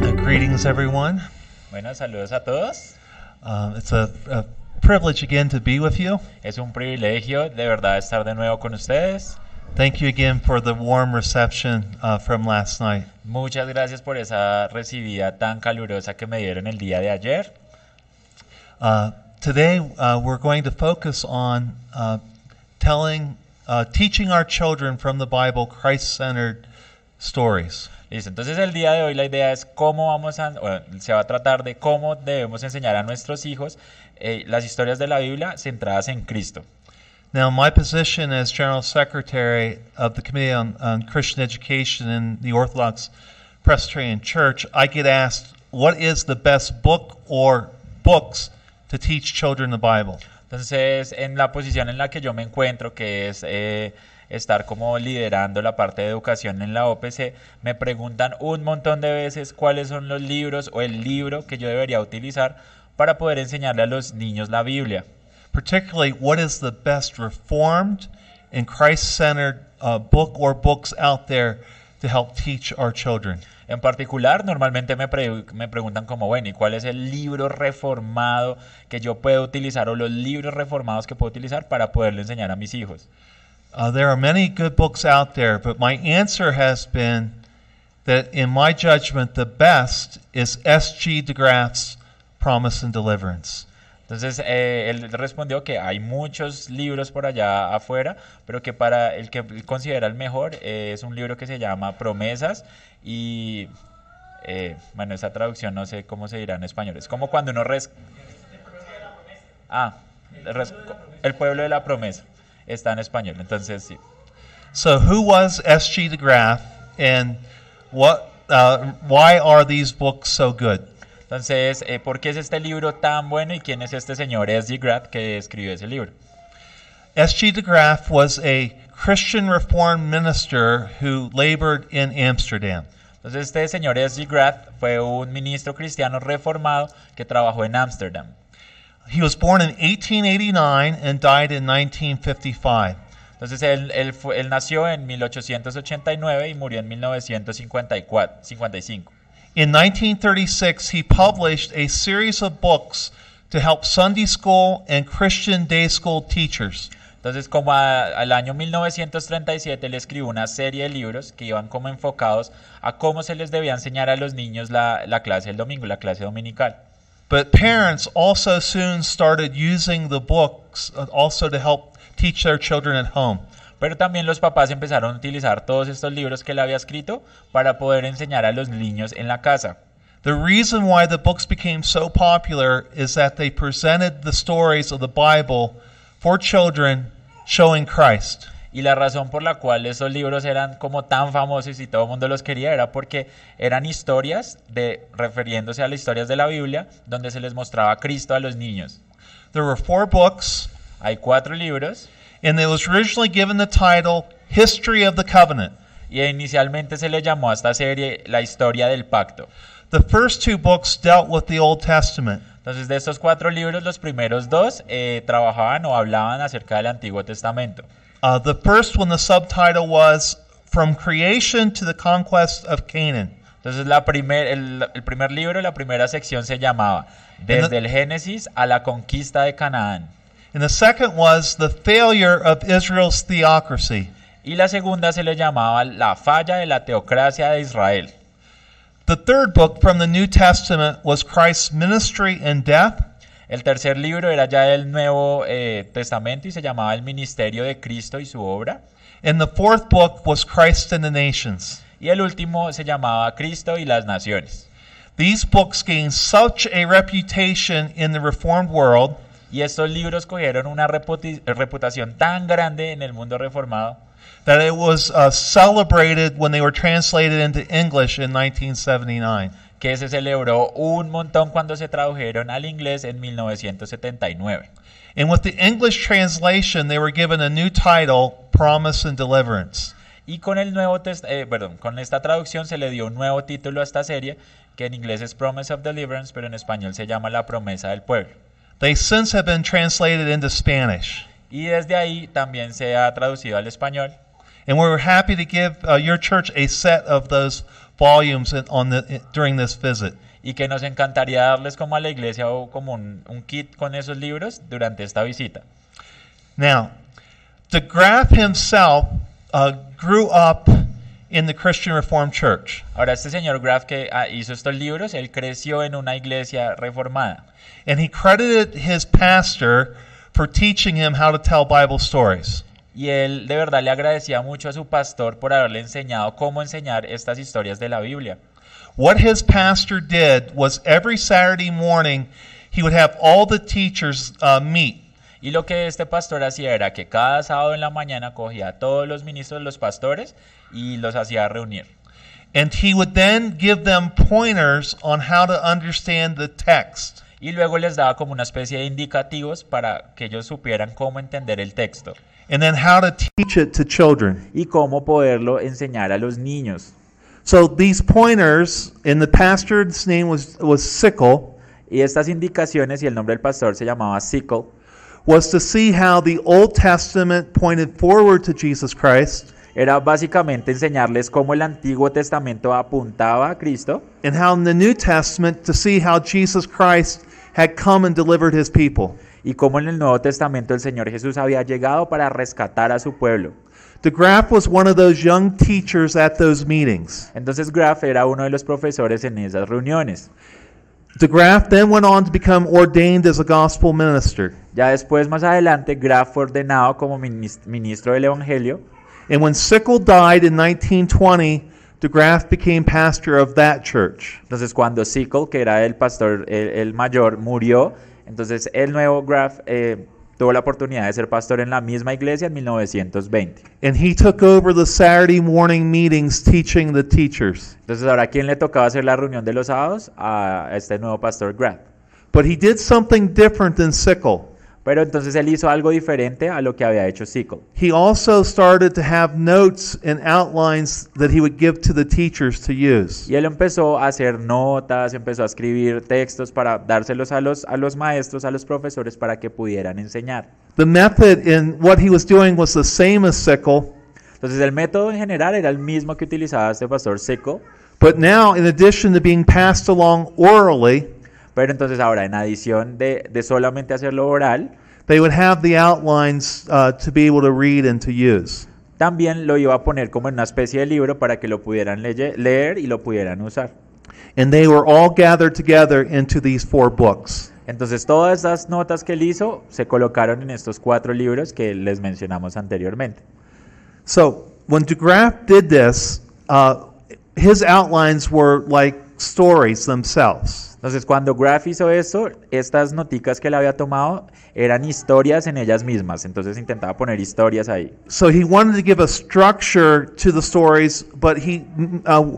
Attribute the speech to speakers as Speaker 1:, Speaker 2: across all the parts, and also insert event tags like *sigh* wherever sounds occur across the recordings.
Speaker 1: Uh, Greetings, everyone.
Speaker 2: Bueno, saludos a todos.
Speaker 1: Um, it's a, a privilege again to be with you.
Speaker 2: Es un privilegio de verdad estar de nuevo con ustedes.
Speaker 1: Thank you again for the warm reception uh, from last night.
Speaker 2: Muchas gracias por esa recibida tan calurosa que me dieron el día de ayer.
Speaker 1: Uh, today, uh, we're going to focus on uh, telling, uh, teaching our children from the Bible Christ centered stories.
Speaker 2: Listo, entonces el día de hoy la idea es cómo vamos a, bueno, se va a tratar de cómo debemos enseñar a nuestros hijos eh, las historias de la Biblia centradas en Cristo.
Speaker 1: Now, my position as General Secretary of the Committee on, on Christian Education in the Orthodox Presbyterian Church, I get asked, what is the best book or books to teach children the Bible?
Speaker 2: Entonces, en la posición en la que yo me encuentro, que es eh, estar como liderando la parte de educación en la OPC, me preguntan un montón de veces cuáles son los libros o el libro que yo debería utilizar para poder enseñarle a los niños la Biblia.
Speaker 1: Particularly, what is the best Reformed and Christ centered uh, book or books out there to help teach our children?
Speaker 2: En particular, normalmente me, pre- me preguntan como, bueno, ¿y cuál es el libro reformado que yo puedo utilizar o los libros reformados que puedo utilizar para poderle enseñar a mis hijos?
Speaker 1: Uh, there are many good books out there, but my answer has been that, in my judgment, the best is S.G. DeGraff's Promise and Deliverance.
Speaker 2: Entonces, eh, él respondió que hay muchos libros por allá afuera, pero que para el que él considera el mejor eh, es un libro que se llama Promesas y, eh, bueno, esa traducción no sé cómo se dirá en español. Es como cuando uno... Res... Ah, res- el pueblo de la promesa está en español, entonces sí.
Speaker 1: So, who was S.G. DeGraff, and what, uh, why are these books so good?
Speaker 2: Entonces, eh, ¿por qué es este libro tan bueno y quién es este señor S.G. Grant que escribió ese libro?
Speaker 1: S.G. DeGraff was a Christian Reformed minister who labored in Amsterdam.
Speaker 2: Entonces, este señor S.G. Grant fue un ministro cristiano reformado que trabajó en Ámsterdam.
Speaker 1: He was born in 1889 and died in 1955.
Speaker 2: Entonces, él, él fue- él nació en 1889 y murió en 1955.
Speaker 1: In 1936, he published a series of books to help Sunday school and Christian day school teachers.
Speaker 2: Entonces, como a- al año 1937, él escribió una serie de libros que iban como enfocados a cómo se les debía enseñar a los niños la, la clase del domingo, la clase dominical.
Speaker 1: But parents also soon started using the books uh, also to help teach their children at home.
Speaker 2: Pero también los papás empezaron a utilizar todos estos libros que él había escrito para poder enseñar a los niños en la casa.
Speaker 1: The reason why the books became so popular is that they presented the stories of the Bible for children showing Christ.
Speaker 2: Y la razón por la cual esos libros eran como tan famosos y todo el mundo los quería era porque eran historias de refiriéndose a las historias de la Biblia donde se les mostraba a Cristo a los niños.
Speaker 1: There were four books,
Speaker 2: Hay cuatro libros
Speaker 1: and it was originally given the title History of the Covenant.
Speaker 2: y inicialmente se le llamó a esta serie La historia del pacto.
Speaker 1: The first two books dealt with the Old Testament.
Speaker 2: Entonces de estos cuatro libros los primeros dos eh, trabajaban o hablaban acerca del Antiguo Testamento.
Speaker 1: Uh, the first one, the subtitle was From Creation to the Conquest of Canaan.
Speaker 2: Entonces la primer, el, el primer libro, la primera sección se llamaba Desde el Génesis a la conquista de Canaán.
Speaker 1: And the second was The Failure of Israel's Theocracy.
Speaker 2: Y la segunda se le llamaba La falla de la teocracia de Israel.
Speaker 1: The third book from the New Testament was Christ's Ministry and Death.
Speaker 2: El tercer libro era ya del Nuevo eh, Testamento y se llamaba El Ministerio de Cristo y su obra.
Speaker 1: And the fourth book was Christ and the Nations.
Speaker 2: Y el último se llamaba Cristo y las Naciones.
Speaker 1: These books gained such a reputation in the Reformed world
Speaker 2: Y estos libros cogieron una reputi- reputación tan grande en el mundo reformado
Speaker 1: that it was uh, celebrated when they were translated into English in 1979.
Speaker 2: que se celebró un montón cuando se tradujeron al inglés en 1979.
Speaker 1: And with the English translation, they were given a new title, Promise and Deliverance.
Speaker 2: Y con el nuevo test- eh, perdón, con esta traducción se le dio un nuevo título a esta serie, que en inglés es Promise of Deliverance, pero en español se llama La promesa del pueblo.
Speaker 1: They since have been translated into Spanish.
Speaker 2: Y desde ahí también se ha traducido al español.
Speaker 1: And we were happy to give uh, your church a set of those volumes in, on the, during this visit.
Speaker 2: y que nos encantaría darles como a la iglesia o como un, un kit con esos libros durante esta visita.
Speaker 1: Now, de Graaf himself uh, grew up in the Christian Reformed Church,
Speaker 2: Ahora, este señor Graff que ah, hizo estos libros, él creció en una iglesia reformada.
Speaker 1: and he credited his pastor for teaching him how to tell Bible stories.
Speaker 2: Y él de verdad le agradecía mucho a su pastor por haberle enseñado cómo enseñar estas historias de la Biblia.
Speaker 1: What his pastor did was every Saturday morning, he would have all the teachers uh, meet.
Speaker 2: Y lo que este pastor hacía era que cada sábado en la mañana cogía a todos los ministros, los pastores, y los hacía reunir.
Speaker 1: And he would then give them pointers on how to understand the text.
Speaker 2: Y luego les daba como una especie de indicativos para que ellos supieran cómo entender el texto
Speaker 1: and then how to teach it to children.
Speaker 2: y cómo poderlo enseñar a los niños.
Speaker 1: So these pointers, and the pastor's name was was Sickle,
Speaker 2: Y estas indicaciones y el nombre del pastor se llamaba Sickle.
Speaker 1: was to see how the Old Testament pointed forward to Jesus Christ,
Speaker 2: Era básicamente enseñarles cómo el Antiguo Testamento apuntaba a Cristo
Speaker 1: and how in the New Testament to see how Jesus Christ had come and delivered His people.
Speaker 2: y cómo en el Nuevo Testamento el Señor Jesús había llegado para rescatar a su pueblo.
Speaker 1: De Graff was one of those young teachers at those meetings.
Speaker 2: Entonces Graff era uno de los profesores en esas reuniones.
Speaker 1: De Graff then went on to become ordained as a gospel minister.
Speaker 2: Ya después, más adelante, Graff fue ordenado como minis- ministro del Evangelio
Speaker 1: And when Sickle died in 1920, De Graff became pastor of that church.
Speaker 2: Entonces cuando Sickle, que era el pastor, el, el mayor, murió, entonces el nuevo Graff eh, tuvo la oportunidad de ser pastor en la misma iglesia en 1920.
Speaker 1: And he took over the Saturday morning meetings teaching the teachers.
Speaker 2: Entonces ahora, ¿quién le tocaba hacer la reunión de los sábados? A este nuevo pastor Graff.
Speaker 1: But he did something different than Sickle.
Speaker 2: Pero entonces él hizo algo diferente a lo que había hecho Sickle.
Speaker 1: He also started to have notes and outlines that he would give to the teachers to use.
Speaker 2: Y él empezó a hacer notas, empezó a escribir textos para dárselos a los, a los maestros, a los profesores, para que pudieran enseñar.
Speaker 1: The method in what he was doing was the same as Sickle,
Speaker 2: Entonces el método en general era el mismo que utilizaba este pastor Sickle,
Speaker 1: but now, in addition to being passed along orally,
Speaker 2: Pero entonces ahora, en adición de, de solamente hacerlo oral,
Speaker 1: they would have the outlines uh, to be able to read and to use.
Speaker 2: también lo iba a poner como en una especie de libro para que lo pudieran leye- leer y lo pudieran usar.
Speaker 1: And they were all gathered together into these four books.
Speaker 2: Entonces todas esas notas que él hizo se colocaron en estos cuatro libros que les mencionamos anteriormente.
Speaker 1: So when de Graaf did this, uh, his outlines were like stories themselves.
Speaker 2: Entonces cuando Graff hizo esto, estas noticas que él había tomado eran historias en ellas mismas. Entonces intentaba poner historias ahí.
Speaker 1: So he wanted to give a structure to the stories, but he uh,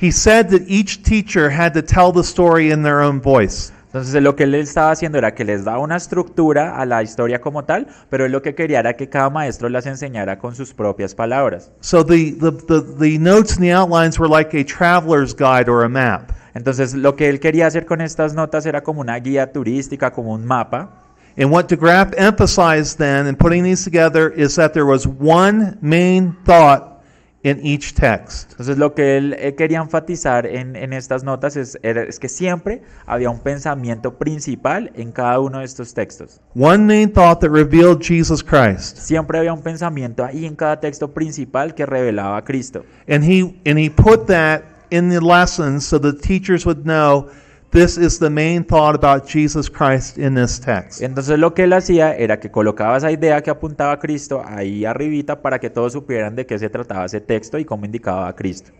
Speaker 1: he said that each teacher had to tell the story in their own voice.
Speaker 2: Entonces lo que él estaba haciendo era que les daba una estructura a la historia como tal, pero él lo que quería era que cada maestro las enseñara con sus propias palabras.
Speaker 1: So the, the, the, the notes and the outlines were like a traveler's guide or a map.
Speaker 2: Entonces lo que él quería hacer con estas notas era como una guía turística, como un mapa.
Speaker 1: And what de Graaf emphasized then in putting these together is that there was one main thought in each text.
Speaker 2: Entonces lo que él eh, quería enfatizar en, en estas notas es, era- es que siempre había un pensamiento principal en cada uno de estos textos.
Speaker 1: One main thought that revealed Jesus Christ.
Speaker 2: Siempre había un pensamiento ahí en cada texto principal que revelaba a Cristo.
Speaker 1: And he and he put that in the lessons so the teachers would know this is the main thought about Jesus Christ in this text.
Speaker 2: Entonces lo que él hacía era que colocaba esa idea que apuntaba a Cristo ahí arribita para que todos supieran de qué se trataba ese texto y cómo indicaba a Cristo.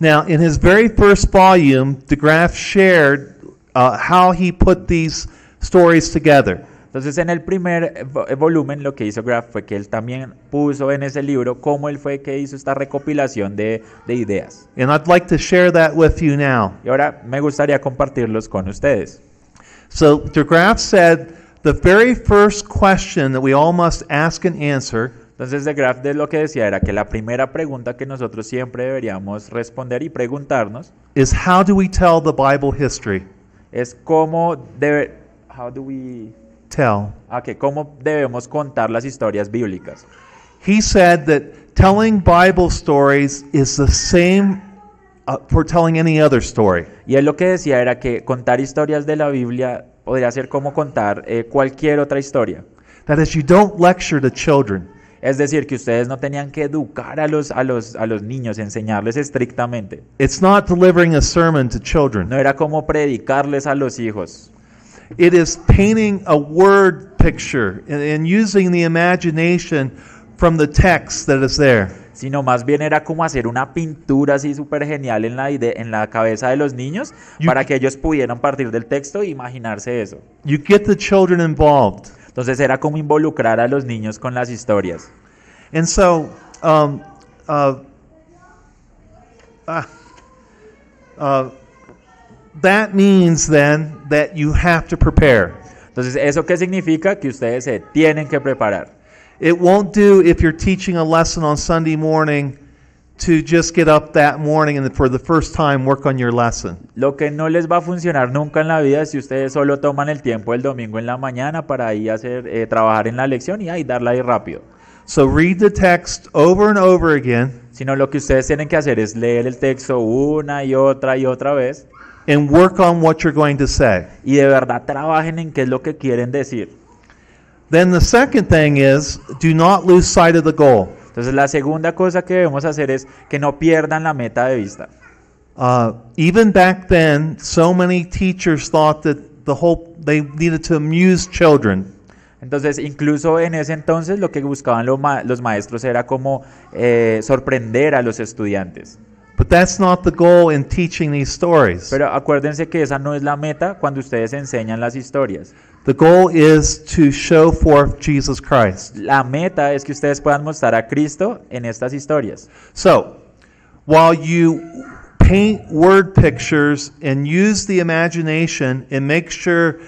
Speaker 1: Now, in his very first volume, de Graaf shared uh, how he put these stories together.
Speaker 2: Entonces en el primer vo- volumen lo que hizo Graff fue que él también puso en ese libro cómo él fue que hizo esta recopilación de, de ideas.
Speaker 1: And I'd like to share that with you now.
Speaker 2: Y ahora me gustaría compartirlos con ustedes.
Speaker 1: So, de Graaf said the very first question that we all must ask and answer
Speaker 2: Entonces de Graff de lo que decía era que la primera pregunta que nosotros siempre deberíamos responder y preguntarnos
Speaker 1: is how do we tell the Bible history?
Speaker 2: es cómo debe... How do we-
Speaker 1: Tell.
Speaker 2: ah, que ¿Cómo debemos contar las historias bíblicas?
Speaker 1: He said that telling Bible stories is the same uh, foretelling any other story.
Speaker 2: Y él lo que decía era que contar historias de la Biblia podría ser como contar eh, cualquier otra historia.
Speaker 1: That is, you don't lecture the children.
Speaker 2: Es decir, que ustedes no tenían que educar a los, a los, a los niños, enseñarles estrictamente.
Speaker 1: It's not delivering a sermon to children.
Speaker 2: No era como predicarles a los hijos.
Speaker 1: It is painting a word picture and, and using the imagination from the text that is there.
Speaker 2: sino más bien era como hacer una pintura así súper genial en la, ide- en la cabeza de los niños
Speaker 1: You-
Speaker 2: para que ellos pudieran partir del texto e imaginarse eso.
Speaker 1: You get the children involved.
Speaker 2: Entonces era como involucrar a los niños con las historias.
Speaker 1: And so, um, uh, ah, uh, that means then that you have to prepare.
Speaker 2: Entonces, ¿eso qué significa? Que ustedes se tienen que preparar.
Speaker 1: It won't do if you're teaching a lesson on Sunday morning to just get up that morning and for the first time work on your lesson.
Speaker 2: Lo que no les va a funcionar nunca en la vida es si ustedes solo toman el tiempo el domingo en la mañana para ahí hacer, eh, trabajar en la lección y ahí darla ahí rápido.
Speaker 1: So read the text over and over again
Speaker 2: Sino lo que ustedes tienen que hacer es leer el texto una y otra y otra vez
Speaker 1: and work on what you're going to say.
Speaker 2: y de verdad trabajen en qué es lo que quieren decir.
Speaker 1: Then the second thing is do not lose sight of the goal.
Speaker 2: Entonces la segunda cosa que debemos hacer es que no pierdan la meta de vista.
Speaker 1: Uh, even back then, so many teachers thought that the whole they needed to amuse children.
Speaker 2: Entonces incluso en ese entonces lo que buscaban lo ma- los maestros era como eh, sorprender a los estudiantes.
Speaker 1: But that's not the goal in teaching these stories.
Speaker 2: Pero acuérdense que esa no es la meta cuando ustedes enseñan las historias.
Speaker 1: The goal is to show forth Jesus Christ.
Speaker 2: La meta es que ustedes puedan mostrar a Cristo en estas historias.
Speaker 1: So, while you paint word pictures and use the imagination and make sure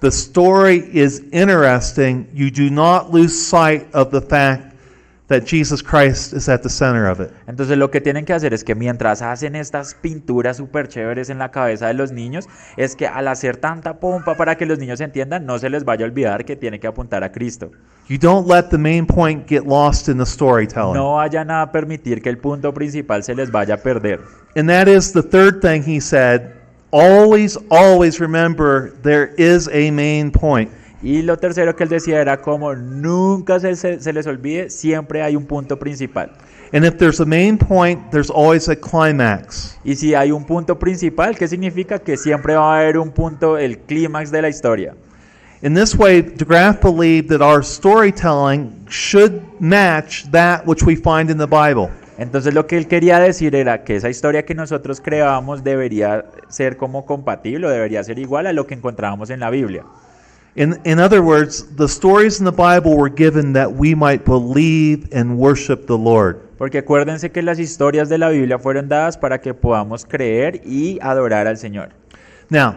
Speaker 1: the story is interesting, you do not lose sight of the fact that Jesus Christ is at the center of it.
Speaker 2: Entonces lo que tienen que hacer es que mientras hacen estas pinturas súper chéveres en la cabeza de los niños, es que al hacer tanta pompa para que los niños entiendan, no se les vaya a olvidar que tienen que apuntar a Cristo.
Speaker 1: You don't let the main point get lost in the storytelling.
Speaker 2: No vayan a permitir que el punto principal se les vaya a perder.
Speaker 1: And that is the third thing he said. Always, always remember there is a main point.
Speaker 2: Y lo tercero que él decía era como nunca se, se- se les olvide, siempre hay un punto principal.
Speaker 1: And if there's a main point, there's always a climax.
Speaker 2: Y si hay un punto principal, ¿qué significa? Que siempre va a haber un punto, el clímax de la historia.
Speaker 1: In this way, DeGraff believed that our storytelling should match that which we find in the Bible.
Speaker 2: Entonces lo que él quería decir era que esa historia que nosotros creábamos debería ser como compatible o debería ser igual a lo que encontrábamos en la Biblia.
Speaker 1: In, in other words, the stories in the Bible were given that we might believe and worship the Lord.
Speaker 2: Porque acuérdense que las historias de la Biblia fueron dadas para que podamos creer y adorar al Señor.
Speaker 1: Now,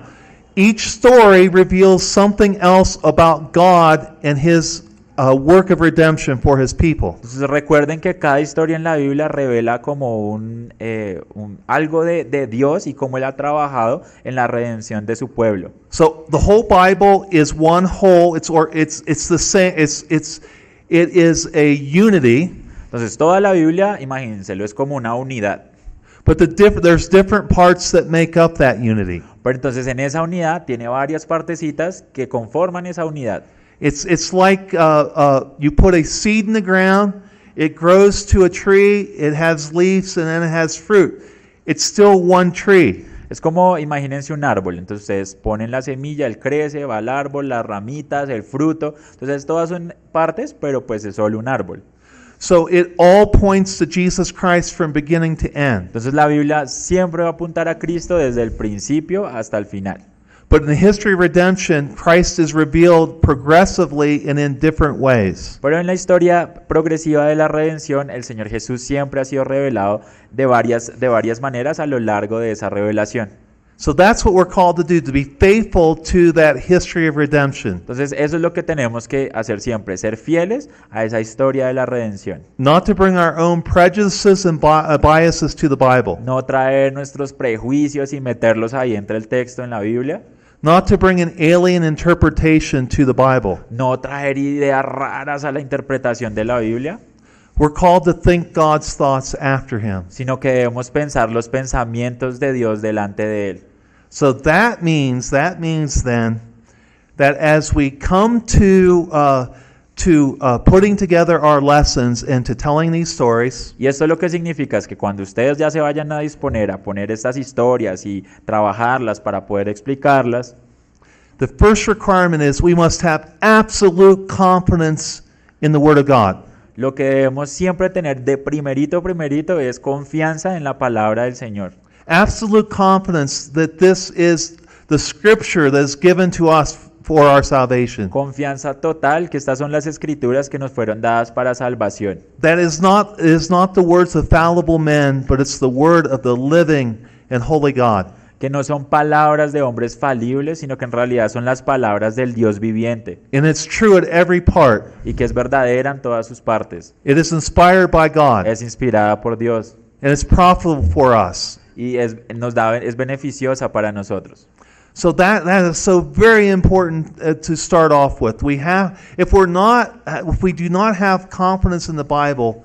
Speaker 1: each story reveals something else about God and His uh, work of redemption for His people.
Speaker 2: Entonces recuerden que cada historia en la Biblia revela como un, eh, un- algo de, de Dios y cómo Él ha trabajado en la redención de su pueblo.
Speaker 1: So the whole Bible is one whole. It's or it's it's the same. It's it's it is a unity,
Speaker 2: Entonces toda la Biblia, imagínenselo, es como una unidad.
Speaker 1: but the diff- there's different parts that make up that unity.
Speaker 2: Pero entonces en esa unidad tiene varias partecitas que conforman esa unidad.
Speaker 1: It's it's like uh, uh, you put a seed in the ground. It grows to a tree. It has leaves and then it has fruit. It's still one tree.
Speaker 2: Es como, imagínense un árbol, entonces ustedes ponen la semilla, él crece, va al árbol, las ramitas, el fruto, entonces todas son partes, pero pues es solo un árbol.
Speaker 1: So it all points to Jesus Christ from beginning to end.
Speaker 2: Entonces la Biblia siempre va a apuntar a Cristo desde el principio hasta el final.
Speaker 1: But in the history of redemption, Christ is revealed progressively and in different ways.
Speaker 2: Pero en la historia progresiva de la redención, el Señor Jesús siempre ha sido revelado de varias, de varias maneras a lo largo de esa revelación.
Speaker 1: So that's what we're called to do, to be faithful to that history of redemption.
Speaker 2: Entonces eso es lo que tenemos que hacer siempre, ser fieles a esa historia de la redención.
Speaker 1: Not to bring our own prejudices and bi- uh, biases to the Bible.
Speaker 2: No traer nuestros prejuicios y meterlos ahí entre el texto en la Biblia.
Speaker 1: Not to bring an alien interpretation to the Bible.
Speaker 2: No traer ideas raras a la interpretación de la Biblia.
Speaker 1: We're called to think God's thoughts after Him.
Speaker 2: sino que debemos pensar los pensamientos de Dios delante de Él.
Speaker 1: So that means that means then that as we come to uh, to uh, putting together our lessons and to telling these stories,
Speaker 2: Y esto lo que significa es que cuando ustedes ya se vayan a disponer a poner estas historias y trabajarlas para poder explicarlas,
Speaker 1: the first requirement is we must have absolute confidence in the Word of God.
Speaker 2: lo que debemos siempre tener de primerito primerito es confianza en la palabra del Señor.
Speaker 1: Absolute confidence that this is the Scripture that is given to us for our salvation.
Speaker 2: Confianza total que estas son las escrituras que nos fueron dadas para salvación.
Speaker 1: That is not is not the words of fallible men, but it's the word of the living and holy God.
Speaker 2: que no son palabras de hombres falibles, sino que en realidad son las palabras del Dios viviente,
Speaker 1: And it's true at every part.
Speaker 2: y que es verdadera en todas sus partes.
Speaker 1: It is inspired by God
Speaker 2: Es inspirada por Dios
Speaker 1: and it's profitable for us.
Speaker 2: y es, nos da, es beneficiosa para nosotros.
Speaker 1: So that that is so very important uh, to start off with. We have if we're not uh, if we do not have confidence in the Bible,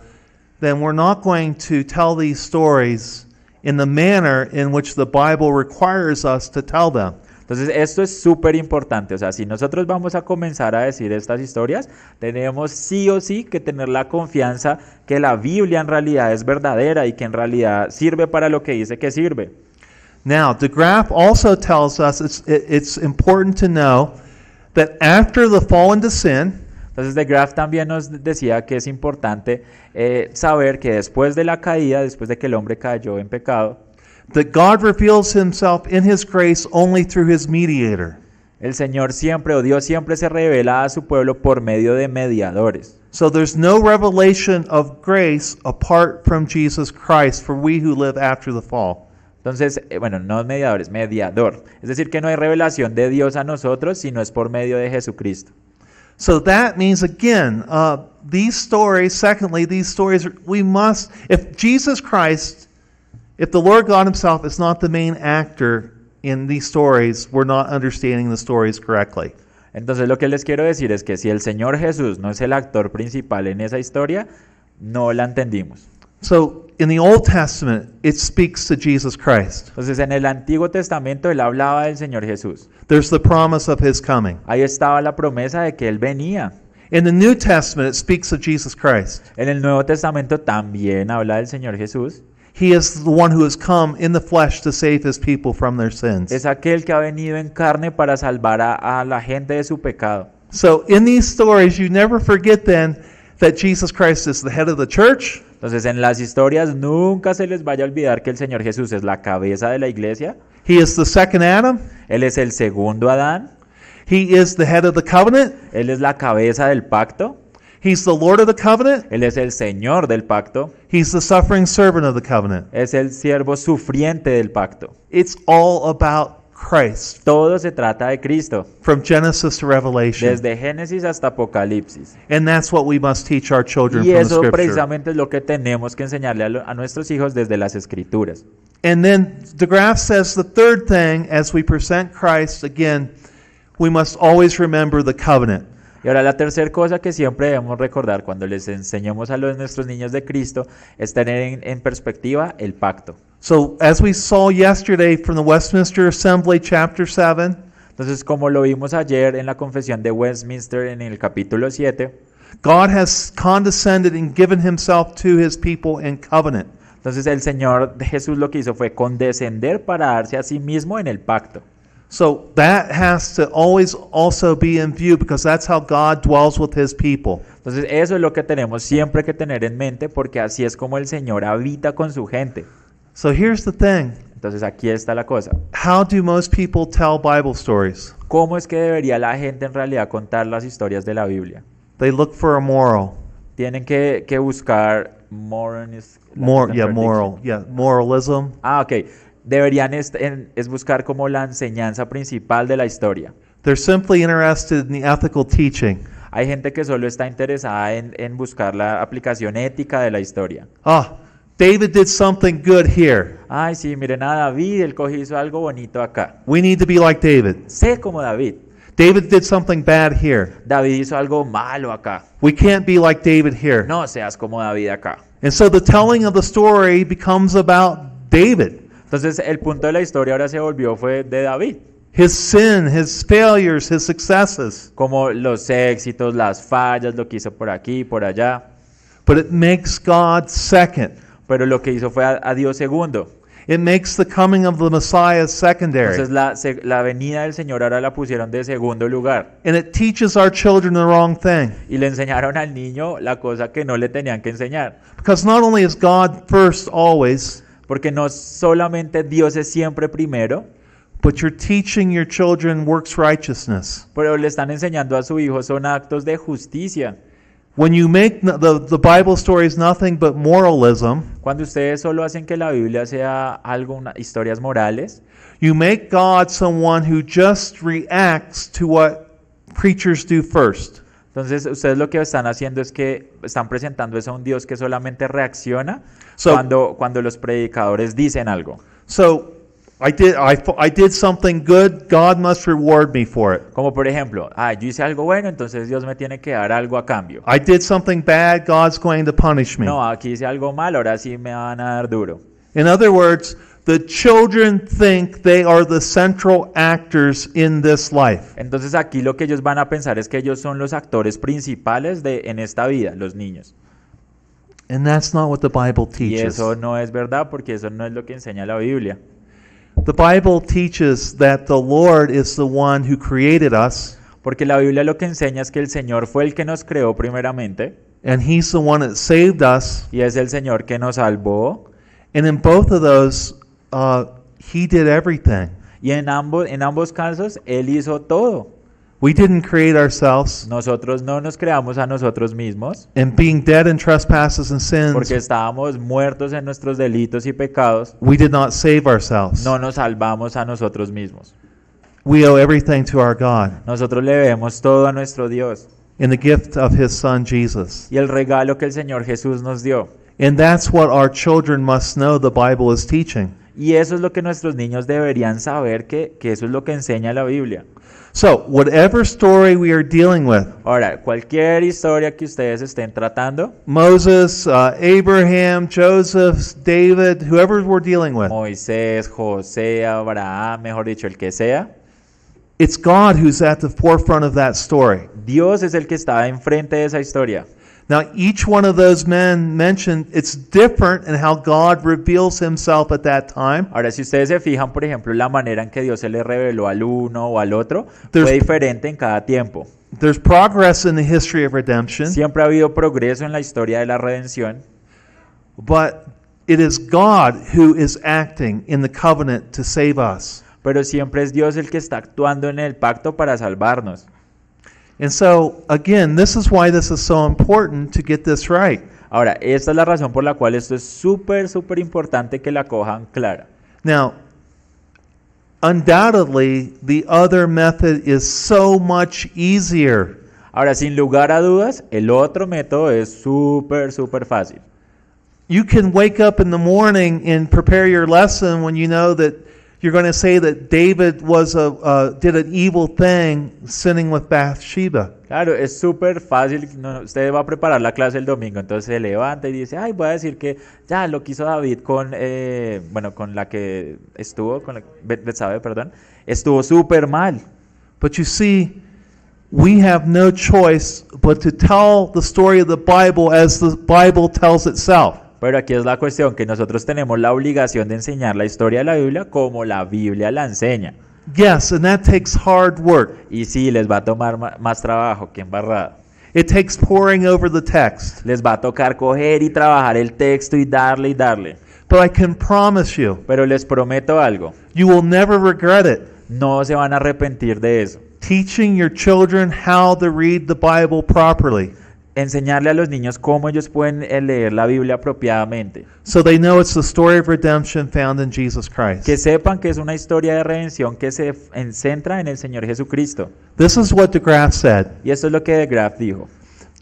Speaker 1: then we're not going to tell these stories in the manner in which the Bible requires us to tell them.
Speaker 2: Entonces esto es súper importante, o sea, si nosotros vamos a comenzar a decir estas historias, tenemos sí o sí que tener la confianza que la Biblia en realidad es verdadera y que en realidad sirve para lo que dice que sirve.
Speaker 1: Now, de Graaf also tells us it's, it- it's important to know that after the fall into sin,
Speaker 2: Entonces, De Graaf también nos decía que es importante eh, saber que después de la caída, después de que el hombre cayó en pecado,
Speaker 1: that God reveals himself in his grace only through his mediator.
Speaker 2: el Señor siempre o Dios siempre se revela a su pueblo por medio de mediadores.
Speaker 1: So there's no revelation of grace apart from Jesus Christ for we who live after the fall.
Speaker 2: Entonces, eh, bueno, no mediadores, mediador. Es decir, que no hay revelación de Dios a nosotros, sino es por medio de Jesucristo.
Speaker 1: So that means, again, uh, these stories, secondly, these stories, are- we must, if Jesus Christ, if the Lord God Himself is not the main actor in these stories, we're not understanding the stories correctly.
Speaker 2: Entonces, lo que les quiero decir es que si el Señor Jesús no es el actor principal en esa historia, no la entendimos.
Speaker 1: So in the Old Testament, it speaks to Jesus Christ.
Speaker 2: Entonces, en el Antiguo Testamento él hablaba del Señor Jesús.
Speaker 1: There's the promise of His coming.
Speaker 2: Ahí estaba la promesa de que Él venía.
Speaker 1: In the New Testament, it speaks of Jesus Christ.
Speaker 2: En el Nuevo Testamento también habla del Señor Jesús.
Speaker 1: He is the one who has come in the flesh to save His people from their sins.
Speaker 2: Es aquel que ha venido en carne para salvar a, a la gente de su pecado.
Speaker 1: So in these stories, you never forget then that Jesus Christ is the head of the church,
Speaker 2: Entonces en las historias nunca se les vaya a olvidar que el Señor Jesús es la cabeza de la iglesia.
Speaker 1: He is the second Adam,
Speaker 2: Él es el segundo Adán.
Speaker 1: He is the head of the covenant,
Speaker 2: Él es la cabeza del pacto.
Speaker 1: He's the Lord of the covenant,
Speaker 2: Él es el Señor del pacto.
Speaker 1: He's the suffering servant of the covenant.
Speaker 2: Es el siervo sufriente del pacto.
Speaker 1: It's all about Christ
Speaker 2: Todo se trata de Cristo,
Speaker 1: from Genesis to Revelation.
Speaker 2: desde Génesis hasta Apocalipsis.
Speaker 1: and that's what we must teach our children
Speaker 2: Y
Speaker 1: from
Speaker 2: eso
Speaker 1: the scripture.
Speaker 2: precisamente es lo que tenemos que enseñarle a, lo- a nuestros hijos desde las escrituras.
Speaker 1: And then de Graaf says the third thing as we present Christ again, we must always remember the covenant.
Speaker 2: Y ahora la tercera cosa que siempre debemos recordar cuando les enseñemos a los, nuestros niños de Cristo es tener en, en perspectiva el pacto.
Speaker 1: So, as we saw yesterday from the Westminster Assembly, chapter 7,
Speaker 2: Entonces, como lo vimos ayer en la confesión de Westminster en el capítulo 7,
Speaker 1: God has condescended and given himself to his people in covenant.
Speaker 2: entonces el Señor Jesús lo que hizo fue condescender para darse a sí mismo en el pacto.
Speaker 1: So, that has to always also be in view because that's how God dwells with his people.
Speaker 2: Entonces, eso es lo que tenemos siempre que tener en mente porque así es como el Señor habita con su gente.
Speaker 1: So, here's the thing
Speaker 2: Entonces, aquí está la cosa.
Speaker 1: how do most people tell Bible stories?
Speaker 2: ¿Cómo es que debería la gente en realidad contar las historias de la Biblia?
Speaker 1: They look for a moral.
Speaker 2: Tienen que, que buscar moranis-
Speaker 1: More,
Speaker 2: la-
Speaker 1: yeah,
Speaker 2: la-
Speaker 1: moral. Yeah, moralism.
Speaker 2: Ah, ok. Deberían est- en- es buscar como la enseñanza principal de la historia.
Speaker 1: They're simply interested in the ethical teaching.
Speaker 2: Hay gente que solo está interesada en, en buscar la aplicación ética de la historia.
Speaker 1: Ah, David did something good here.
Speaker 2: Ay, sí, miren a David, el cogizo hizo algo bonito acá.
Speaker 1: We need to be like David.
Speaker 2: Sé como David.
Speaker 1: David did something bad here.
Speaker 2: David hizo algo malo acá.
Speaker 1: We can't be like David here.
Speaker 2: No seas como David acá.
Speaker 1: And so the telling of the story becomes about David,
Speaker 2: Entonces el punto de la historia ahora se volvió fue de David.
Speaker 1: his sin, his failures, his successes.
Speaker 2: Como los éxitos, las fallas, lo que hizo por aquí, por allá.
Speaker 1: But it makes God second.
Speaker 2: Pero lo que hizo fue a, a Dios segundo.
Speaker 1: It makes the coming of the Messiah secondary.
Speaker 2: Entonces la, se- la venida del Señor ahora la pusieron de segundo lugar.
Speaker 1: And it teaches our children the wrong thing.
Speaker 2: Y le enseñaron al niño la cosa que no le tenían que enseñar.
Speaker 1: Because not only is God first always,
Speaker 2: Porque no solamente Dios es siempre primero,
Speaker 1: but you're teaching your children works righteousness.
Speaker 2: pero le están enseñando a su hijo son actos de justicia.
Speaker 1: When you make no- the, the Bible stories nothing but moralism,
Speaker 2: Cuando ustedes solo hacen que la Biblia sea algo, una- historias morales,
Speaker 1: you make God someone who just reacts to what preachers do first.
Speaker 2: entonces ustedes lo que están haciendo es que están presentando eso a un Dios que solamente reacciona
Speaker 1: So-
Speaker 2: cuando, cuando los predicadores dicen algo.
Speaker 1: So I did, I, fo- I did something good, God must reward me for it.
Speaker 2: Como por ejemplo, ah, yo hice algo bueno, entonces Dios me tiene que dar algo a cambio.
Speaker 1: I did something bad, God's going to punish me.
Speaker 2: No, aquí hice algo mal, ahora sí me van a dar duro.
Speaker 1: In other words, the children think they are the central actors in this life.
Speaker 2: Entonces aquí lo que ellos van a pensar es que ellos son los actores principales de, en esta vida, los niños.
Speaker 1: And that's not what the Bible
Speaker 2: Y
Speaker 1: teaches.
Speaker 2: eso no es verdad porque eso no es lo que enseña la Biblia.
Speaker 1: The Bible teaches that the Lord is the one who created us,
Speaker 2: Porque la Biblia lo que enseña es que el Señor fue el que nos creó primeramente
Speaker 1: and He's the one that saved us.
Speaker 2: y es el Señor que nos salvó.
Speaker 1: And in both of those, uh, He did everything.
Speaker 2: Y en ambos, en ambos casos, Él hizo todo.
Speaker 1: We didn't create ourselves,
Speaker 2: Nosotros no nos creamos a nosotros mismos
Speaker 1: and being dead in trespasses and sins,
Speaker 2: porque estábamos muertos en nuestros delitos y pecados.
Speaker 1: we did not save ourselves.
Speaker 2: No nos salvamos a nosotros mismos.
Speaker 1: We owe everything to our God
Speaker 2: Nosotros le debemos todo a nuestro Dios
Speaker 1: in the gift of His Son Jesus.
Speaker 2: y el regalo que el Señor Jesús nos dio.
Speaker 1: And that's what our children must know the Bible is teaching.
Speaker 2: Y eso es lo que nuestros niños deberían saber, que, que eso es lo que enseña la Biblia.
Speaker 1: So, whatever story we are dealing with,
Speaker 2: Ahora, cualquier historia que ustedes estén tratando,
Speaker 1: Moses, uh, Abraham, Joseph, David, whoever we're dealing with,
Speaker 2: Moisés, José, Abraham, mejor dicho, el que sea,
Speaker 1: it's God who's at the forefront of that story.
Speaker 2: Dios es el que está enfrente de esa historia.
Speaker 1: Now, each one of those men mentioned, it's different in how God reveals himself at that time.
Speaker 2: Ahora, si ustedes se fijan, por ejemplo, la manera en que Dios se le reveló al uno o al otro, fue
Speaker 1: There's-
Speaker 2: diferente en cada tiempo.
Speaker 1: There's progress in the history of redemption,
Speaker 2: Siempre ha habido progreso en la historia de la redención,
Speaker 1: but it is God who is acting in the covenant to save us.
Speaker 2: pero siempre es Dios el que está actuando en el pacto para salvarnos.
Speaker 1: And so, again, this is why this is so important to get this right.
Speaker 2: Ahora, esta es la razón por la cual esto es súper, súper importante que la cojan clara.
Speaker 1: Now, undoubtedly, the other method is so much easier.
Speaker 2: Ahora, sin lugar a dudas, el otro método es súper, súper fácil.
Speaker 1: You can wake up in the morning and prepare your lesson when you know that you're going to say that David was a uh, did an evil thing, sinning with Bathsheba.
Speaker 2: Claro, es súper fácil. no, no, usted va a preparar la clase el domingo, entonces se levanta y dice, ay, voy a decir que ya lo quiso David con, eh, bueno, con la que estuvo, con la Bet- Betsabe, perdón, estuvo súper mal.
Speaker 1: But you see, we have no choice but to tell the story of the Bible as the Bible tells itself.
Speaker 2: Pero aquí es la cuestión, que nosotros tenemos la obligación de enseñar la historia de la Biblia como la Biblia la enseña.
Speaker 1: Yes, and that takes hard work.
Speaker 2: Y sí, les va a tomar ma- más trabajo que embarrada.
Speaker 1: It takes poring over the text.
Speaker 2: Les va a tocar coger y trabajar el texto y darle y darle.
Speaker 1: But I can promise you,
Speaker 2: Pero les prometo algo,
Speaker 1: you will never regret it.
Speaker 2: no se van a arrepentir de eso.
Speaker 1: Teaching your children how to read the Bible properly
Speaker 2: enseñarle a los niños cómo ellos pueden eh, leer la Biblia apropiadamente.
Speaker 1: so they know it's the story of redemption found in Jesus Christ.
Speaker 2: Que sepan que es una historia de redención que se f- en- centra en el Señor Jesucristo.
Speaker 1: This is what DeGraff said.
Speaker 2: Y esto es lo que de Graaf dijo.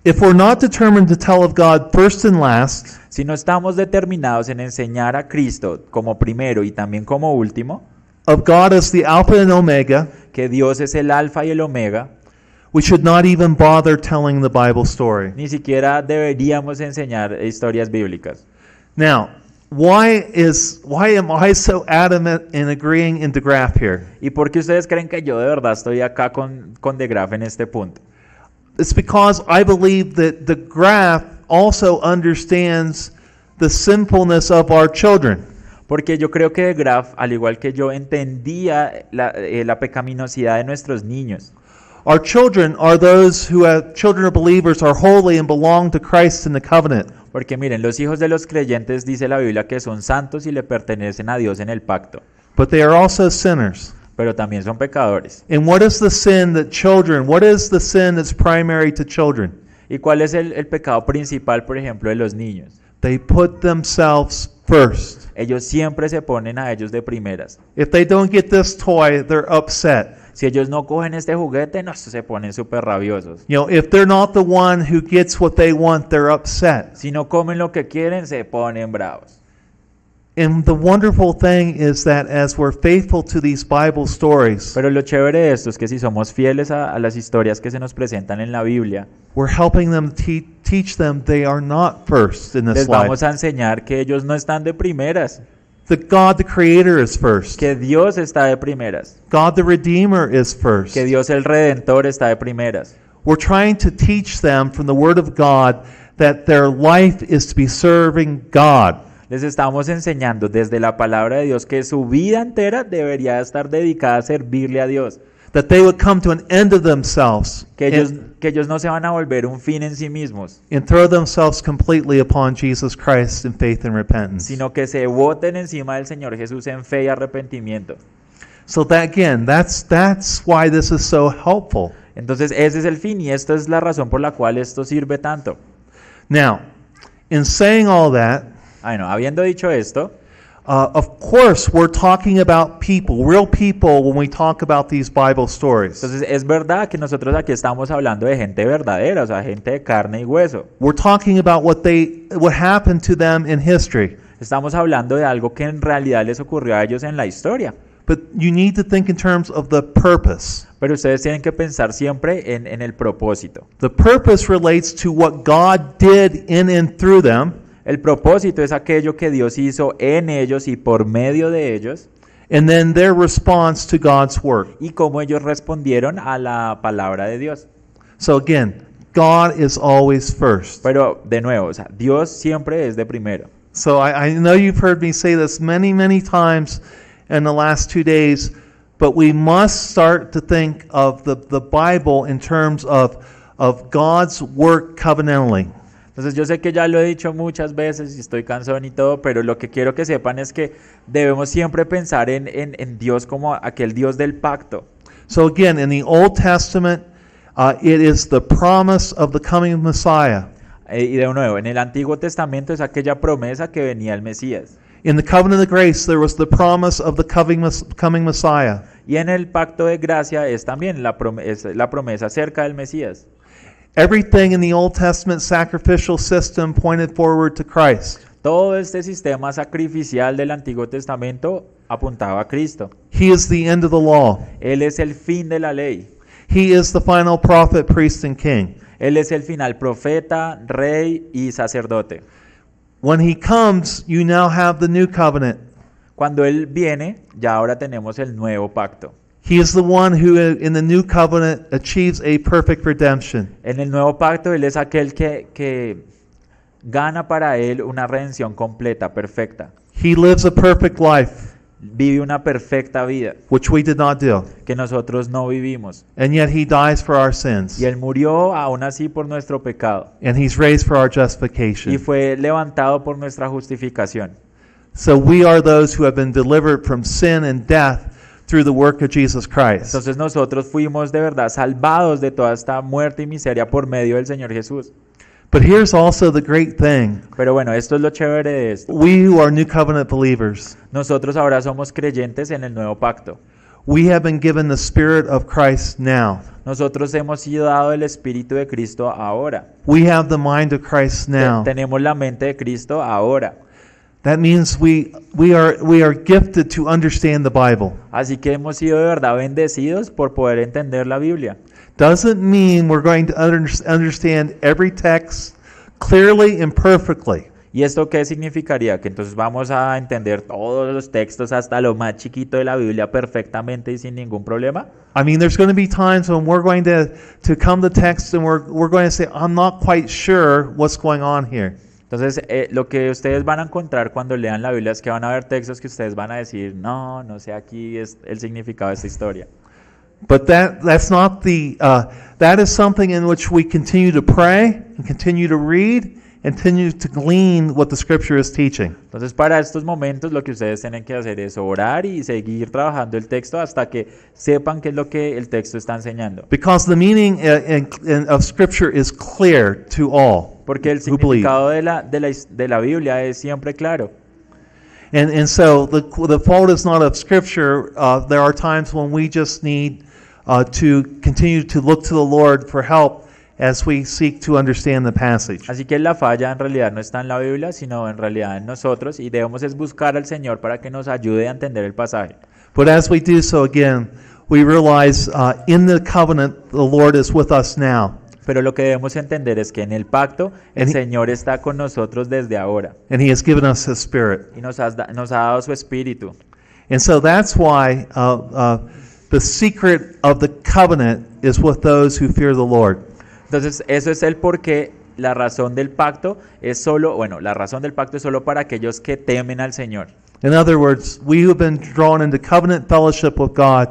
Speaker 1: If we're not determined to tell of God first and last,
Speaker 2: Si no estamos determinados en enseñar a Cristo como primero y también como último,
Speaker 1: of God as the Alpha and Omega,
Speaker 2: que Dios es el alfa y el omega,
Speaker 1: We should not even bother telling the Bible story.
Speaker 2: ni siquiera deberíamos enseñar historias bíblicas.
Speaker 1: Now, why is why am I so adamant in agreeing in DeGraff here?
Speaker 2: ¿Y por qué ustedes creen que yo de verdad estoy acá con, con De Graaf en este punto?
Speaker 1: It's because I believe that DeGraff also understands the sinfulness of our children.
Speaker 2: Porque yo creo que De Graaf, al igual que yo, entendía la, eh, la pecaminosidad de nuestros niños.
Speaker 1: Our children are those who have children of believers are holy and belong to Christ in the covenant.
Speaker 2: Porque miren, los hijos de los creyentes dice la Biblia que son santos y le pertenecen a Dios en el pacto,
Speaker 1: But they are also sinners.
Speaker 2: pero también son pecadores.
Speaker 1: And what is the sin that children, what is the sin that's primary to children?
Speaker 2: ¿Y cuál es el, el pecado principal, por ejemplo, de los niños?
Speaker 1: They put themselves first.
Speaker 2: Ellos siempre se ponen a ellos de primeras.
Speaker 1: If they don't get this toy, they're upset.
Speaker 2: Si ellos no cogen este juguete, no se ponen súper rabiosos.
Speaker 1: You know, if they're not the one who gets what they want, they're upset.
Speaker 2: Si no comen lo que quieren, se ponen bravos.
Speaker 1: And the wonderful thing is that as we're faithful to these Bible stories,
Speaker 2: Pero lo chévere de esto es que si somos fieles a, a las historias que se nos presentan en la Biblia,
Speaker 1: we're helping them te- teach them they are not first in
Speaker 2: les
Speaker 1: this life.
Speaker 2: vamos a enseñar que ellos no están de primeras,
Speaker 1: That God the Creator is first.
Speaker 2: que Dios está de primeras,
Speaker 1: God the Redeemer is first.
Speaker 2: que Dios el Redentor está de primeras.
Speaker 1: We're trying to teach them from the Word of God that their life is to be serving God.
Speaker 2: Les estamos enseñando desde la palabra de Dios que su vida entera debería estar dedicada a servirle a Dios,
Speaker 1: That they would come to an end of themselves
Speaker 2: que ellos,
Speaker 1: and,
Speaker 2: que ellos no se van a volver un fin en sí mismos,
Speaker 1: and throw themselves completely upon Jesus Christ in faith and repentance.
Speaker 2: sino que se voten encima del Señor Jesús en fe y arrepentimiento.
Speaker 1: So that again, that's that's why this is so helpful.
Speaker 2: Entonces ese es el fin y esta es la razón por la cual esto sirve tanto.
Speaker 1: Now, in saying all that,
Speaker 2: Bueno, habiendo dicho esto,
Speaker 1: uh, of course, we're talking about people, real people, when we talk about these Bible stories.
Speaker 2: entonces es verdad que nosotros aquí estamos hablando de gente verdadera, o sea, gente de carne y hueso.
Speaker 1: We're talking about what they what happened to them in history.
Speaker 2: Estamos hablando de algo que en realidad les ocurrió a ellos en la historia.
Speaker 1: But you need to think in terms of the purpose.
Speaker 2: Pero ustedes tienen que pensar siempre en, en el propósito.
Speaker 1: The purpose relates to what God did in and through them,
Speaker 2: El propósito es aquello que Dios hizo en ellos y por medio de ellos
Speaker 1: and then their response to God's work.
Speaker 2: y cómo ellos respondieron a la palabra de Dios.
Speaker 1: So again, God is always first.
Speaker 2: Pero de nuevo, o sea, Dios siempre es de primero.
Speaker 1: So I, I know you've heard me say this many, many times in the last two days, but we must start to think of the, the Bible in terms of, of God's work covenantally.
Speaker 2: Entonces yo sé que ya lo he dicho muchas veces y estoy cansón y todo, pero lo que quiero que sepan es que debemos siempre pensar en, en- en Dios como aquel Dios del pacto.
Speaker 1: So again, in the Old Testament, uh, it is the promise of the coming Messiah.
Speaker 2: Eh, y de nuevo, en el Antiguo Testamento es aquella promesa que venía el Mesías.
Speaker 1: In the covenant of grace, there was the promise of the coming, Mes- coming Messiah.
Speaker 2: Y en el pacto de gracia es también la, prom- es la promesa cerca del Mesías.
Speaker 1: Everything in the Old Testament sacrificial system pointed forward to Christ.
Speaker 2: Todo este sistema sacrificial del Antiguo Testamento apuntaba a Cristo.
Speaker 1: He is the end of the law.
Speaker 2: Él es el fin de la ley.
Speaker 1: He is the final prophet, priest, and king.
Speaker 2: Él es el final profeta, rey y sacerdote.
Speaker 1: When he comes, you now have the new covenant.
Speaker 2: Cuando Él viene, ya ahora tenemos el nuevo pacto.
Speaker 1: He is the one who, in the new covenant, achieves a perfect redemption.
Speaker 2: En el nuevo pacto Él es aquel que, que gana para Él una redención completa, perfecta.
Speaker 1: He lives a perfect life,
Speaker 2: Vive una perfecta vida
Speaker 1: which we did not do,
Speaker 2: que nosotros no vivimos.
Speaker 1: and yet he dies for our sins,
Speaker 2: Y Él murió aún así por nuestro pecado
Speaker 1: and he's raised for our
Speaker 2: y
Speaker 1: justification.
Speaker 2: fue levantado por nuestra justificación.
Speaker 1: So we are those who have been delivered from sin and death through the work of Jesus Christ.
Speaker 2: Entonces nosotros fuimos de verdad salvados de toda esta muerte y miseria por medio del Señor Jesús.
Speaker 1: But here's also the great thing
Speaker 2: Pero bueno, esto es lo chévere de esto.
Speaker 1: we who are new covenant believers,
Speaker 2: Nosotros ahora somos creyentes en el nuevo pacto.
Speaker 1: we have been given the Spirit of Christ now.
Speaker 2: Nosotros hemos sido dado el Espíritu de Cristo ahora.
Speaker 1: We have the mind of Christ
Speaker 2: Te-
Speaker 1: now.
Speaker 2: tenemos la mente de Cristo ahora.
Speaker 1: That means we, we, are, we are gifted to understand the Bible.
Speaker 2: Así que hemos sido de verdad bendecidos por poder entender la Biblia.
Speaker 1: Doesn't mean we're going to under, understand every text clearly and perfectly.
Speaker 2: ¿Y esto qué significaría? Que entonces vamos a entender todos los textos hasta lo más chiquito de la Biblia perfectamente y sin ningún problema.
Speaker 1: I mean, there's going to be times when we're going to, to come to text and we're, we're going to say, I'm not quite sure what's going on here.
Speaker 2: Entonces, eh, lo que ustedes van a encontrar cuando lean la Biblia es que van a ver textos que ustedes van a decir, no, no sé, aquí es el significado de esta historia.
Speaker 1: But that, that's not the, uh, that is something in which we continue to pray and continue to read and continue to glean what the Scripture is teaching.
Speaker 2: Entonces, para estos momentos lo que ustedes tienen que hacer es orar y seguir trabajando el texto hasta que sepan qué es lo que el texto está enseñando.
Speaker 1: Because the meaning uh, in- in- of Scripture is clear to all.
Speaker 2: Porque el
Speaker 1: Who believe.
Speaker 2: significado de la, de la his- de la Biblia es siempre claro.
Speaker 1: And, and so the, the fault is not of Scripture. Uh, there are times when we just need uh, to continue to look to the Lord for help as we seek to understand the passage.
Speaker 2: Así que la falla en realidad no está en la Biblia, sino en realidad en nosotros y debemos es buscar al Señor para que nos ayude a entender el pasaje.
Speaker 1: But as we do so, again, we realize uh, in the covenant, the Lord is with us now,
Speaker 2: Pero lo que debemos entender es que en el pacto el
Speaker 1: En-
Speaker 2: Señor está con nosotros desde ahora
Speaker 1: and He has given us His Spirit.
Speaker 2: y nos, has da- nos ha dado su espíritu.
Speaker 1: And so that's why uh, uh, the secret of the covenant is with those who fear the Lord.
Speaker 2: Entonces, eso es el porqué la razón del pacto es solo, bueno, la razón del pacto es solo para aquellos que temen al Señor.
Speaker 1: In other words, we who have been drawn into covenant fellowship with God,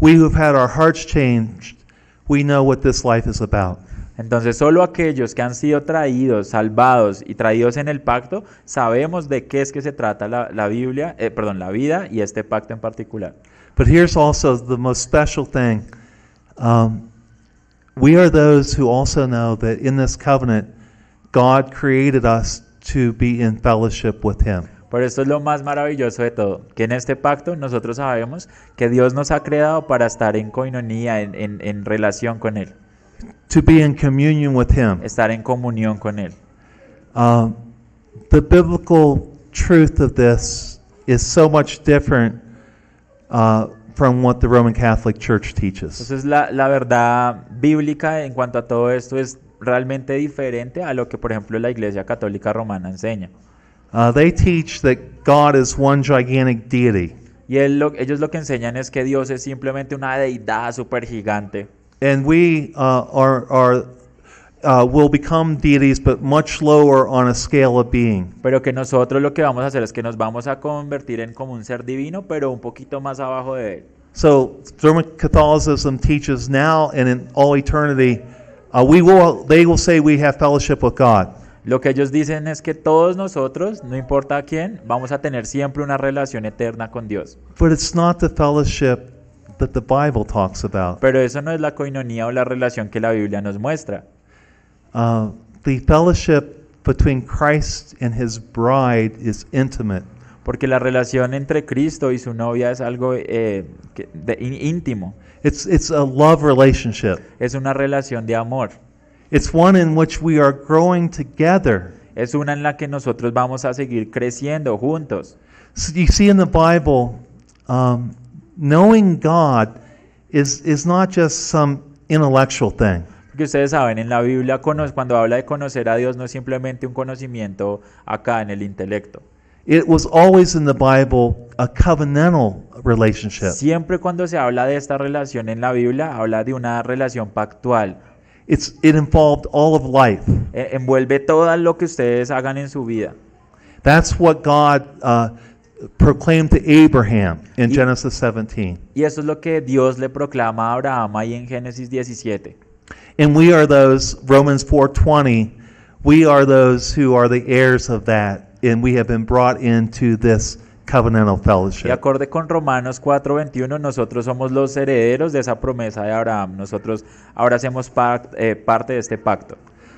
Speaker 1: we who have had our hearts changed, we know what this life is about.
Speaker 2: Entonces, solo aquellos que han sido traídos, salvados y traídos en el pacto, sabemos de qué es que se trata la, la Biblia, eh, perdón, la vida y este pacto en particular.
Speaker 1: But here's also the most special thing um, we are those who also know that in this covenant, God created us to be in fellowship with Him.
Speaker 2: Por esto es lo más maravilloso de todo, que en este pacto nosotros sabemos que Dios nos ha creado para estar en coinonía, en, en- en relación con Él,
Speaker 1: To be in communion with Him.
Speaker 2: estar en comunión con Él.
Speaker 1: Um, the biblical truth of this is so much different uh, from what the Roman Catholic Church teaches.
Speaker 2: Entonces la, la verdad bíblica en cuanto a todo esto es realmente diferente a lo que por ejemplo la Iglesia Católica Romana enseña.
Speaker 1: Uh, they teach that God is one gigantic deity,
Speaker 2: Y él lo- ellos lo que enseñan es que Dios es simplemente una deidad súper gigante.
Speaker 1: and we uh, are, are uh, will become deities, but much lower on a scale of being.
Speaker 2: Pero que nosotros lo que vamos a hacer es que nos vamos a convertir en como un ser divino, pero un poquito más abajo de él.
Speaker 1: So Roman Catholicism teaches now and in all eternity, uh, we will they will say we have fellowship with God.
Speaker 2: Lo que ellos dicen es que todos nosotros, no importa quién, vamos a tener siempre una relación eterna con Dios.
Speaker 1: But it's not the fellowship that the Bible talks about.
Speaker 2: Pero eso no es la coinonía o la relación que la Biblia nos muestra.
Speaker 1: Uh, the fellowship between Christ and his bride is intimate.
Speaker 2: Porque la relación entre Cristo y su novia es algo eh, que- de- í- íntimo,
Speaker 1: It's, it's a love relationship.
Speaker 2: es una relación de amor,
Speaker 1: It's one in which we are growing together.
Speaker 2: es una en la que nosotros vamos a seguir creciendo juntos.
Speaker 1: So you see in the Bible, um, knowing God is, is not just some intellectual thing.
Speaker 2: Porque ustedes saben, en la Biblia cono- cuando habla de conocer a Dios no es simplemente un conocimiento acá en el intelecto.
Speaker 1: It was always in the Bible a covenantal relationship.
Speaker 2: Siempre cuando se habla de esta relación en la Biblia, habla de una relación pactual.
Speaker 1: It's, it involved all of life.
Speaker 2: E- envuelve todo lo que ustedes hagan en su vida.
Speaker 1: That's what God uh, proclaimed to Abraham in
Speaker 2: Y-
Speaker 1: Genesis 17.
Speaker 2: Y eso es lo que Dios le proclama a Abraham ahí en Génesis 17.
Speaker 1: And we are those Romans 4:20, we are those who are the heirs of that and we have been brought into this covenantal
Speaker 2: Y
Speaker 1: fellowship.
Speaker 2: acorde con Romanos 4:21, nosotros somos los herederos de esa promesa de Abraham. Nosotros ahora hacemos par- eh, parte de este pacto.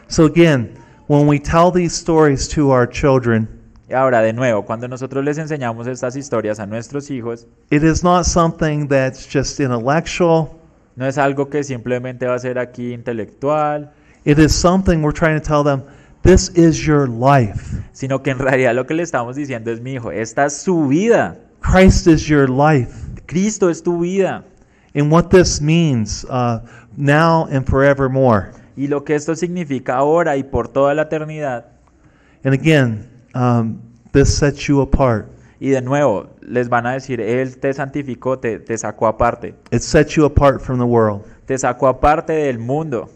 Speaker 1: So again, when we tell these stories to our children,
Speaker 2: Y ahora, de nuevo, cuando nosotros les enseñamos estas historias a nuestros hijos,
Speaker 1: it is not something that's just intellectual.
Speaker 2: no es algo que simplemente va a ser aquí intelectual,
Speaker 1: It is something we're trying to tell them This is your life.
Speaker 2: sino que en *laughs* realidad lo que le estamos diciendo es, mi hijo, esta es su vida.
Speaker 1: Christ is your life.
Speaker 2: Cristo es tu vida.
Speaker 1: And what this means uh, now and forevermore.
Speaker 2: Y lo que esto significa ahora y por toda la eternidad.
Speaker 1: And again, um, this sets you apart.
Speaker 2: Y de nuevo, les van a decir, Él te santificó, te, te sacó aparte.
Speaker 1: It sets you apart from the world.
Speaker 2: Te sacó aparte del mundo.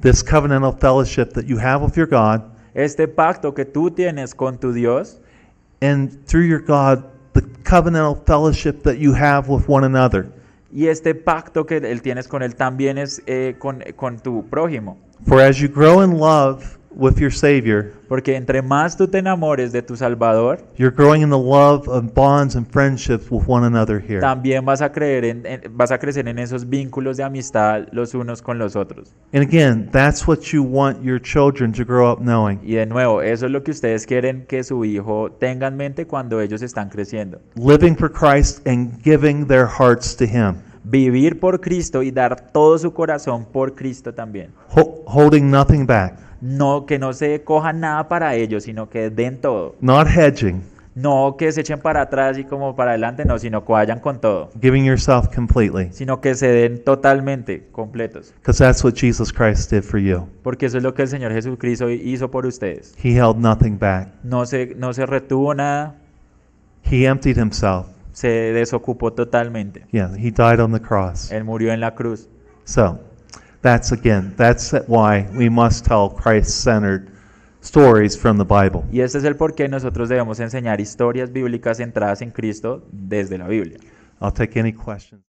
Speaker 1: This covenantal fellowship that you have with your God,
Speaker 2: Este pacto que tú tienes con tu Dios
Speaker 1: and through your God, the covenantal fellowship that you have with one another.
Speaker 2: y este pacto que Él tienes con Él también es eh, con, con tu prójimo.
Speaker 1: For as you grow in love with your Savior,
Speaker 2: Porque entre más tú te enamores de tu Salvador,
Speaker 1: you're growing in the love of bonds and friendships with one another here.
Speaker 2: también vas a, creer en- en- vas a crecer en esos vínculos de amistad los unos con los otros.
Speaker 1: And again, that's what you want your children to grow up knowing.
Speaker 2: Y de nuevo, eso es lo que ustedes quieren que su hijo tenga en mente cuando ellos están creciendo.
Speaker 1: Living for Christ and giving their hearts to Him,
Speaker 2: Vivir por Cristo y dar todo su corazón por Cristo también.
Speaker 1: ho- holding nothing back,
Speaker 2: No que no se coja nada para ellos, sino que den todo.
Speaker 1: not hedging,
Speaker 2: No que se echen para atrás y como para adelante, no, sino que vayan con todo.
Speaker 1: giving yourself completely.
Speaker 2: Sino que se den totalmente completos.
Speaker 1: Because that's what Jesus Christ did for you.
Speaker 2: Porque eso es lo que el Señor Jesucristo hizo por ustedes.
Speaker 1: He held nothing back,
Speaker 2: No se, no se retuvo nada,
Speaker 1: He emptied Himself.
Speaker 2: se desocupó totalmente.
Speaker 1: Yeah, He died on the cross.
Speaker 2: Él murió en la cruz.
Speaker 1: So, that's again, that's why we must tell Christ centered stories from the Bible.
Speaker 2: Y este es el por qué nosotros debemos enseñar historias bíblicas centradas en Cristo desde la Biblia.
Speaker 1: I'll take any questions.